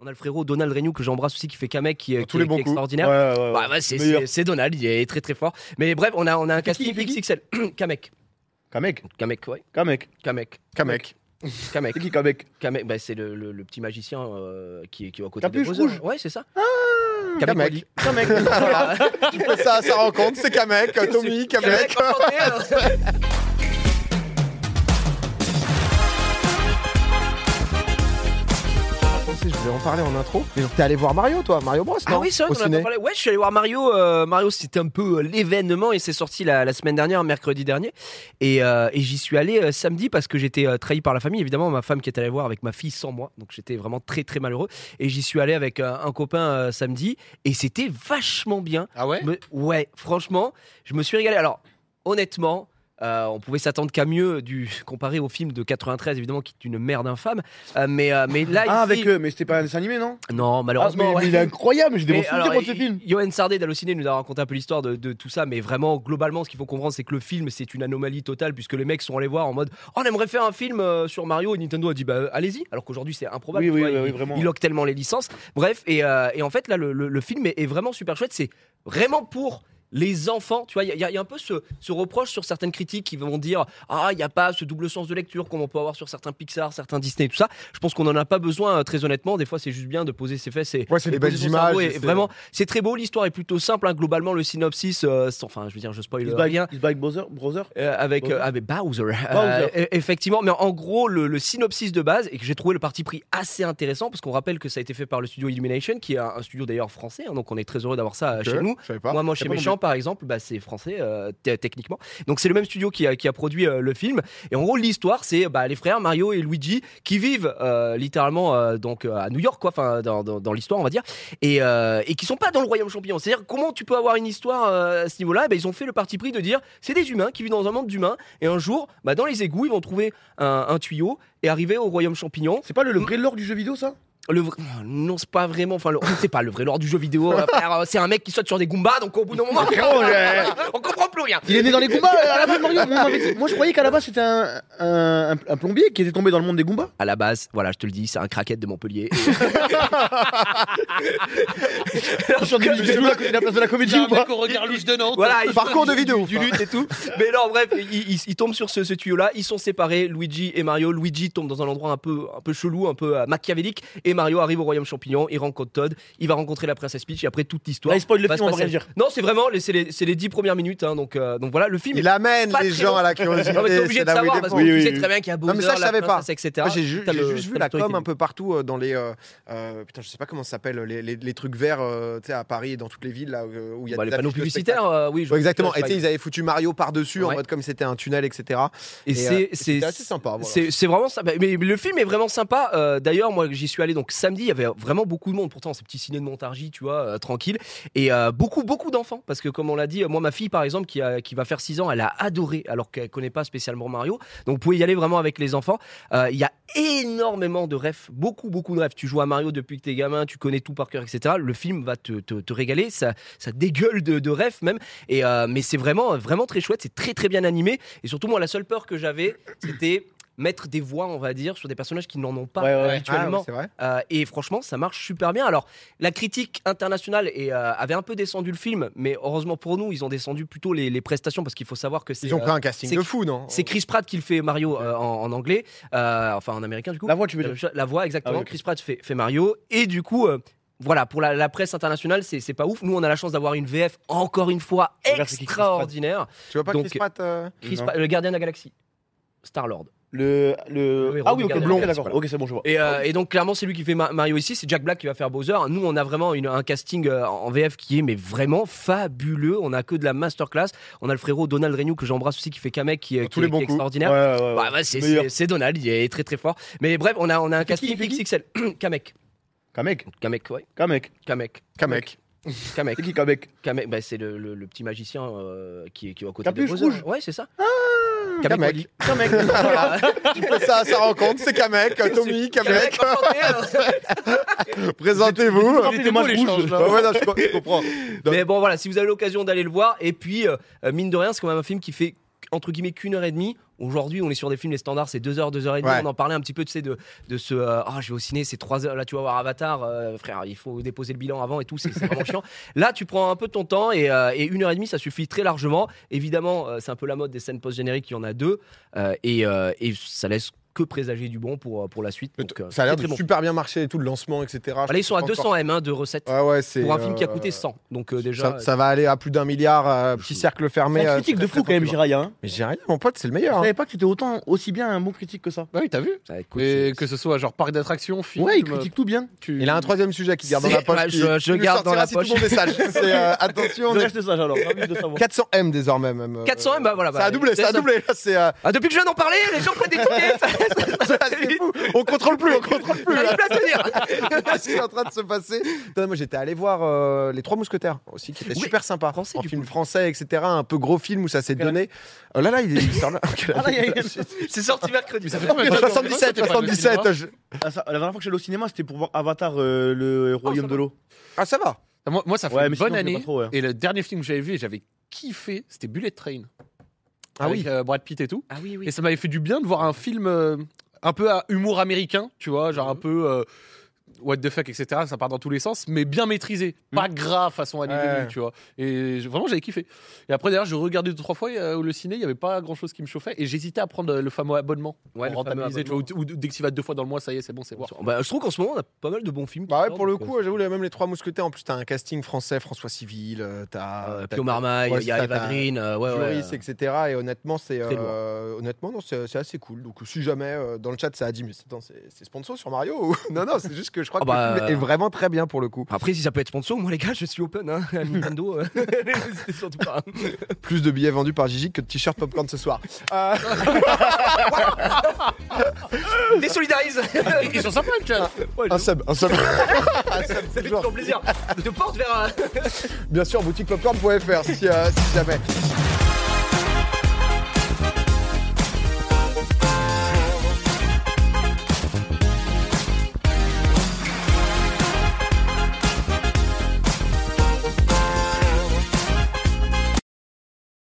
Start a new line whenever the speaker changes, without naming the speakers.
On a le frérot Donald Renew que j'embrasse aussi qui fait Kamek qui, est- qui
Tous
est-
les bons
qui est
coups.
extraordinaire.
Ouais, ouais, ouais.
Bah, bah, c'est-
Meilleur.
c'est c'est Donald, il est très très fort. Mais bref, on a, on a un
fait qui,
casting
il fait qui
XXL. Kamek.
Kamek,
Kamek, ouais.
Kamek,
Kamek.
Kamek.
Kamek.
C'est qui Kamek
Kamek, bah, c'est le, le- le petit magicien euh, qui, est- qui est à côté
Capuche
de Bowser.
rouge.
Ouais, c'est ça.
Ah, Kamek.
Kamek.
Voilà.
Tu fais ça à sa rencontre, c'est Kamek, Tommy, Kamek.
Je voulais en parler en intro.
Mais T'es allé voir Mario, toi, Mario Bros,
Ah
non
oui, c'est vrai
Au
qu'on en a
ciné.
pas parlé. Ouais, je suis allé voir Mario. euh, Mario, c'était un peu euh, l'événement et c'est sorti la, la semaine dernière, mercredi dernier. Et, euh, et j'y suis allé euh, samedi parce que j'étais euh, trahi par la famille. Évidemment, ma femme qui est allée voir avec ma fille sans moi. Donc j'étais vraiment très très malheureux. Et j'y suis allé avec euh, un copain euh, samedi et c'était vachement bien.
Ah ouais
Me- ouais, franchement, je me suis régalé. Alors, honnêtement, euh, on pouvait s'attendre qu'à mieux du comparé au film de 93, évidemment, qui est une merde infâme. Euh, mais, euh, mais là,
Ah,
ici-
avec eux, mais c'était pas un dessin animé, non
Non,
Ah, mais,
malheureusement. ouais.
mais il est incroyable, j'ai des bons
Mais
souvenirs
alors,
de ce
y-
film.
Yoann Sardé d'Allociné nous a raconté un peu l'histoire de, de tout ça, mais vraiment, globalement, ce qu'il faut comprendre, c'est que le film, c'est une anomalie totale, puisque les mecs sont allés voir en mode Oh, on aimerait faire un film euh, sur Mario, et Nintendo a dit Bah, euh, allez-y, alors qu'aujourd'hui, c'est improbable.
Oui,
tu
oui,
vois,
oui,
ils-
oui, vraiment.
Ils loquent tellement les licences. Bref, et, euh, et en fait, là, le, le- le film est, est vraiment super chouette. C'est vraiment pour. Les enfants, tu vois, il y, a- il y a- il y a un peu ce, ce reproche sur certaines critiques qui vont dire Ah, il n'y a pas ce double sens de lecture comme on peut avoir sur certains Pixar, certains Disney, tout ça. Je pense qu'on n'en a pas besoin, euh, très honnêtement. Des fois, c'est juste bien de poser ses fesses et,
Ouais, c'est
et
des belles
poser son cerveau.
images,
Et
c'est-
vraiment, c'est très beau. L'histoire est plutôt simple. hein. Globalement, le synopsis, euh, sans- enfin, je veux dire, je spoil
Il se
rien.
bat- il se bat avec Bowser, Brother
euh, avec, euh,
Bowser.
avec Bowser.
Bowser.
Euh, e- effectivement, mais en gros, le, le synopsis de base, et que j'ai trouvé le parti pris assez intéressant, parce qu'on rappelle que ça a été fait par le studio Illumination, qui est un, un studio d'ailleurs français, hein, donc on est très heureux d'avoir ça euh, chez nous.
Je savais pas.
Moi, moi, chez
pas non
Méchant, par exemple, bah, c'est français, euh, t- techniquement. Donc, c'est le même studio qui a, qui a produit euh, le film. Et en gros, l'histoire, c'est bah, les frères Mario et Luigi qui vivent euh, littéralement euh, donc, euh, à New York, quoi, enfin, dans, dans- dans l'histoire, on va dire, et, euh, et qui sont pas dans le Royaume Champignon. C'est-à-dire, comment tu peux avoir une histoire euh, à ce niveau-là Eh ben, Ils ont fait le parti pris de dire c'est des humains qui vivent dans un monde d'humains, et un jour, bah, dans les égouts, ils vont trouver un, un tuyau et arriver au Royaume Champignon.
C'est pas le, le vrai lore du jeu vidéo, ça
Le vr- Non, c'est pas vraiment. Enfin, le... c'est pas le vrai lore du jeu vidéo. euh, frère, euh, c'est un mec qui saute sur des Goombas, donc au bout d'un moment,
Frérot, j'ai-
on comprend plus rien.
Il est né dans les Goombas à la base, Mario. Moi, on m'avait dit- Ah, Moi, je croyais qu'à la base, c'était un, un- un- un plombier qui était tombé dans le monde des Goombas.
À la base, voilà, je te le dis, c'est un craquette de Montpellier.
Sur des musiques de Goombas à côté de la place de la comédie
C'est
ou
un
pas
mec au regard louche de Nantes.
voilà, ils-
Parcours de vidéo.
Bah,
du lutte et tout. Mais non, bref, ils, ils- ils tombent sur ce, ce tuyau-là. Ils sont séparés, Luigi et Mario. Luigi tombe dans un endroit un peu, un peu chelou, un peu euh, machiavélique. Et Mario arrive au Royaume Champignon. Il rencontre Todd. Il va rencontrer la princesse Peach. Et après, toute l'histoire.
Là, Ah, il spoil le
va se
film, on va
passer.
rien dire.
Non, c'est vraiment, les- c'est les, c'est les dix premières minutes. hein, donc, euh, donc voilà, le film. est-
Il amène
Pas
les
très
gens
long.
à la
Non, mais t'es
curiosité,
obligé
c'est
de
là où il
savoir
est
parce
bon.
que
Oui,
tu
oui,
sais
oui.
très bien qu'il y a Bowser,
Non, mais ça, je
la
savais pas.
princesse, etc.
Moi, J'ai ju-
T'as
j'ai
le-
juste vu
t'as
la
le storytelling.
com un peu partout euh, dans les. euh, euh, putain, je sais pas comment ça s'appelle, les, les- les trucs verts euh, tu sais, à Paris et dans toutes les villes là, euh, où il y a
Bah,
des
les panneaux
affiches de
publicitaires, euh, oui. je-
spectacle. Ouais, exactement.
je-
Et tu sais, ils avaient foutu Mario par-dessus en
Ouais.
mode comme c'était un tunnel, etc.
Et
euh,
c'est-
c'était
c'est
assez sympa. voilà.
C'est c'est vraiment sympa. Mais le film est vraiment sympa. Euh, D'ailleurs, moi, j'y suis allé donc samedi. Il y avait vraiment beaucoup de monde. Pourtant, c'est petit ciné de Montargis, tu vois, euh, tranquille. Et euh, beaucoup, beaucoup d'enfants. Parce que, comme on l'a dit, euh, moi, ma fille, par exemple, qui, a- qui va faire 6 ans, elle a adoré, alors qu'elle connaît pas spécialement Mario. Donc, vous pouvez y aller vraiment avec les enfants. Euh, Il y a énormément de rêves. Beaucoup, beaucoup de rêves. Tu joues à Mario depuis que t'es gamin, tu connais tout par cœur, etc. Le film va te, te- te régaler. Ça, ça dégueule de, de rêves, même. Et, euh, mais c'est vraiment, vraiment très chouette. C'est très, très bien animé. Et surtout, moi, la seule peur que j'avais, c'était mettre des voix, on va dire, sur des personnages qui n'en ont pas
Ouais, ouais, ouais.
Ah, ouais,
habituellement.
c'est vrai.
Euh, et franchement, ça marche super bien. Alors, la critique internationale est, euh, avait un peu descendu le film, mais heureusement pour nous, ils ont descendu plutôt les, les prestations parce qu'il faut savoir que c'est
Ils ont
euh,
pris un casting
c'est-
de fou, non
c'est Chris Pratt qui le fait Mario euh, en, en anglais, euh, enfin en américain du coup.
La voix, tu veux dire
Euh, la voix, exactement.
Ah oui, ok.
Chris Pratt fait, fait Mario. Et du coup, euh, voilà, pour la, la presse internationale, c'est c'est pas ouf. Nous, on a la chance d'avoir une VF encore une fois
Regarde, c'est qui Chris Pratt
extraordinaire.
Tu vois pas
donc-
Chris Pratt euh,
Chris
Non.
Pratt- le gardien de la galaxie. Star-Lord.
Le.
Le
le...
héros
Ah oui,
des
ok,
Gardiens
d'accord,
de la
d'accord.
Galaxie,
Ok, c'est bon, je vois.
Et, euh, et donc clairement c'est lui qui fait Ma- Mario ici, c'est Jack Black qui va faire Bowser. Nous on a vraiment une- un casting euh, en VF qui est mais vraiment fabuleux. On a que de la masterclass. On a le frérot Donald Renew que j'embrasse aussi qui fait Kamek qui, est- qui
Tous les
est-
bons
qui est
coups.
extraordinaire.
Ouais, ouais, ouais.
Bah, bah, c'est-
Meilleur.
c'est c'est Donald, il est très très fort. Mais bref, on a, on a un
C'est qui,
casting
c'est qui
XXL. Kamek.
Kamek,
Kamek, ouais.
Kamek.
Kamek.
Kamek.
Kamek.
C'est qui Kamek
Kamek, bah, c'est le, le- le petit magicien euh, qui, est- qui est à côté
Capuche
de Bowser.
rouge. Ah
Ouais, c'est ça.
Kamek.
Wally.
Kamek. Ah,
Voilà.
Tu fais ça à sa rencontre, c'est Kamek, Tommy, Kamek.
enchanté, alors.
Présentez-vous.
Il était moche rouge.
Ouais, ouais, non, je co- je comprends.
Mais bon, voilà, si vous avez l'occasion d'aller le voir, et puis, euh, euh, mine de rien, c'est quand même un film qui fait entre guillemets qu'une heure et demie. Aujourd'hui, on est sur des films, les standards, c'est deux heures, deux heures et demie.
Ouais.
On en parlait un petit peu, tu sais, de, de ce euh, Ah, je vais au ciné, c'est trois heures. Là, tu vas voir Avatar, euh, frère, il faut déposer le bilan avant et tout, c'est c'est vraiment chiant. Là, tu prends un peu ton temps et, euh, et une heure et demie, ça suffit très largement. Évidemment, euh, c'est un peu la mode des scènes post-génériques, il y en a deux. euh, et, euh, et ça laisse que présager du bon pour, euh, pour la suite.
Mais
Donc,
t-
euh,
ça a l'air
très,
de
très bon.
super bien marcher et tout, le lancement, etc. Je
Voilà, ils sont à
pense
200 M1 hein, de recettes
encore- Ouais, ouais, c'est,
pour un film qui a
euh,
coûté 100. Donc, euh,
ça-
déjà.
Ça, va aller à plus d'un milliard, euh, petit
je-
cercle
C'est
fermé.
un
euh,
critique
très,
de
très
fou quand même,
populaire.
Jiraya. Hein.
Mais j'ai rien, mon pote, c'est le
Je
meilleur. hein.
savais pas que c'était autant aussi bien un bon critique que ça.
Bah oui, t'as vu
ça coûte-
Et que ce soit genre parc d'attraction, film.
Ouais, il critique tout bien.
tu-
Il a un troisième sujet qui garde dans la
C'est-
poche.
ouais,
qui-
je- je
qui nous
garde dans la
sortira si tout le monde est sage. C'est, euh, attention, on
Je
est-
reste sage alors, ravi de savoir.
400 M désormais même. euh,
400 M, bah voilà.
ça
bah,
a doublé, ça a doublé. Là, c'est, euh,
Ah, depuis que je viens d'en parler, les gens prennent des tickets. ça-
c'est fou. On contrôle plus, on contrôle plus.
J'arrive
Là.
plus à tenir.
Qu'est-ce qui est en train de se passer Putain, Moi, j'étais allé voir euh, Les Trois Mousquetaires aussi, qui était
Oui.
super sympa.
Français,
en
du
film français, etc. Un peu gros film où ça s'est donné. Oh là là, il est- il sort là. Quelle
Ah, là, y a-
année
C'est sorti mercredi.
Ah,
Ça fait combien de temps que t'es pas allé au
77,
cinéma
77. je-
Ah, ça- La dernière fois que j'allais au cinéma, c'était pour voir Avatar, euh, le
ça
royaume de
va.
l'eau.
Ah, ça va.
Moi, moi, ça fait une
Ouais, mais
bonne
sinon, je l'ai
année.
pas trop, hein. ouais.
Et le dernier film que j'avais vu et j'avais kiffé, c'était Bullet Train.
Ah
Avec,
oui.
euh, Brad Pitt et tout.
Ah oui,
Et ça m'avait fait du bien de voir un film euh, un peu à humour américain, tu vois, genre un peu euh, what the fuck, etc. Ça part dans tous les sens, mais bien maîtrisé, pas gras façon année
Ouais.
2000, tu vois. Et je- vraiment, j'avais kiffé. Et après, d'ailleurs, je regardais deux, trois fois euh, le ciné, il n'y avait pas grand chose qui me chauffait et j'hésitais à prendre euh, le fameux abonnement.
Ouais,
pour
le fameux
rentabiliser, tu vois, ou, ou dès que tu vas deux fois dans le mois, ça y est, c'est bon, c'est bon.
Bah, je trouve qu'en ce moment, on a pas mal de bons films. qui
Bah ouais,
sortent,
pour le
donc, euh,
coup, j'avoue, les- même les trois mousquetaires, en plus, t'as un casting français, François Civil, euh, t'as.
euh,
t'as-
Pio Marmaille, il
Ouais,
y a
ça,
Eva
t'as-
Green. euh, ouais, ouais.
Joris, etc. Et honnêtement, c'est
Très lourd.
euh, honnêtement non, c'est c'est assez cool. Donc si jamais euh, dans le chat ça a dit mais c'est- attends, c'est c'est sponsor sur Mario ou- Non non, c'est juste que je crois
Ah
que
bah,
le film est
euh,
vraiment très bien pour le coup.
Après, si ça peut être sponsor, moi, les gars, je suis open. Hein. à Nintendo, euh, n'hésitez surtout pas.
Plus de billets vendus par Gigi que de t-shirts popcorn ce soir. Euh,
Désolidarise
Ils ils sont sympas, le chat.
Ouais,
un
je-
sub, un sub. Un sub,
Ça fait
toujours.
euh, toujours plaisir. Je te porte vers un.
Bien sûr, boutiquepopcorn.fr si, euh, si jamais.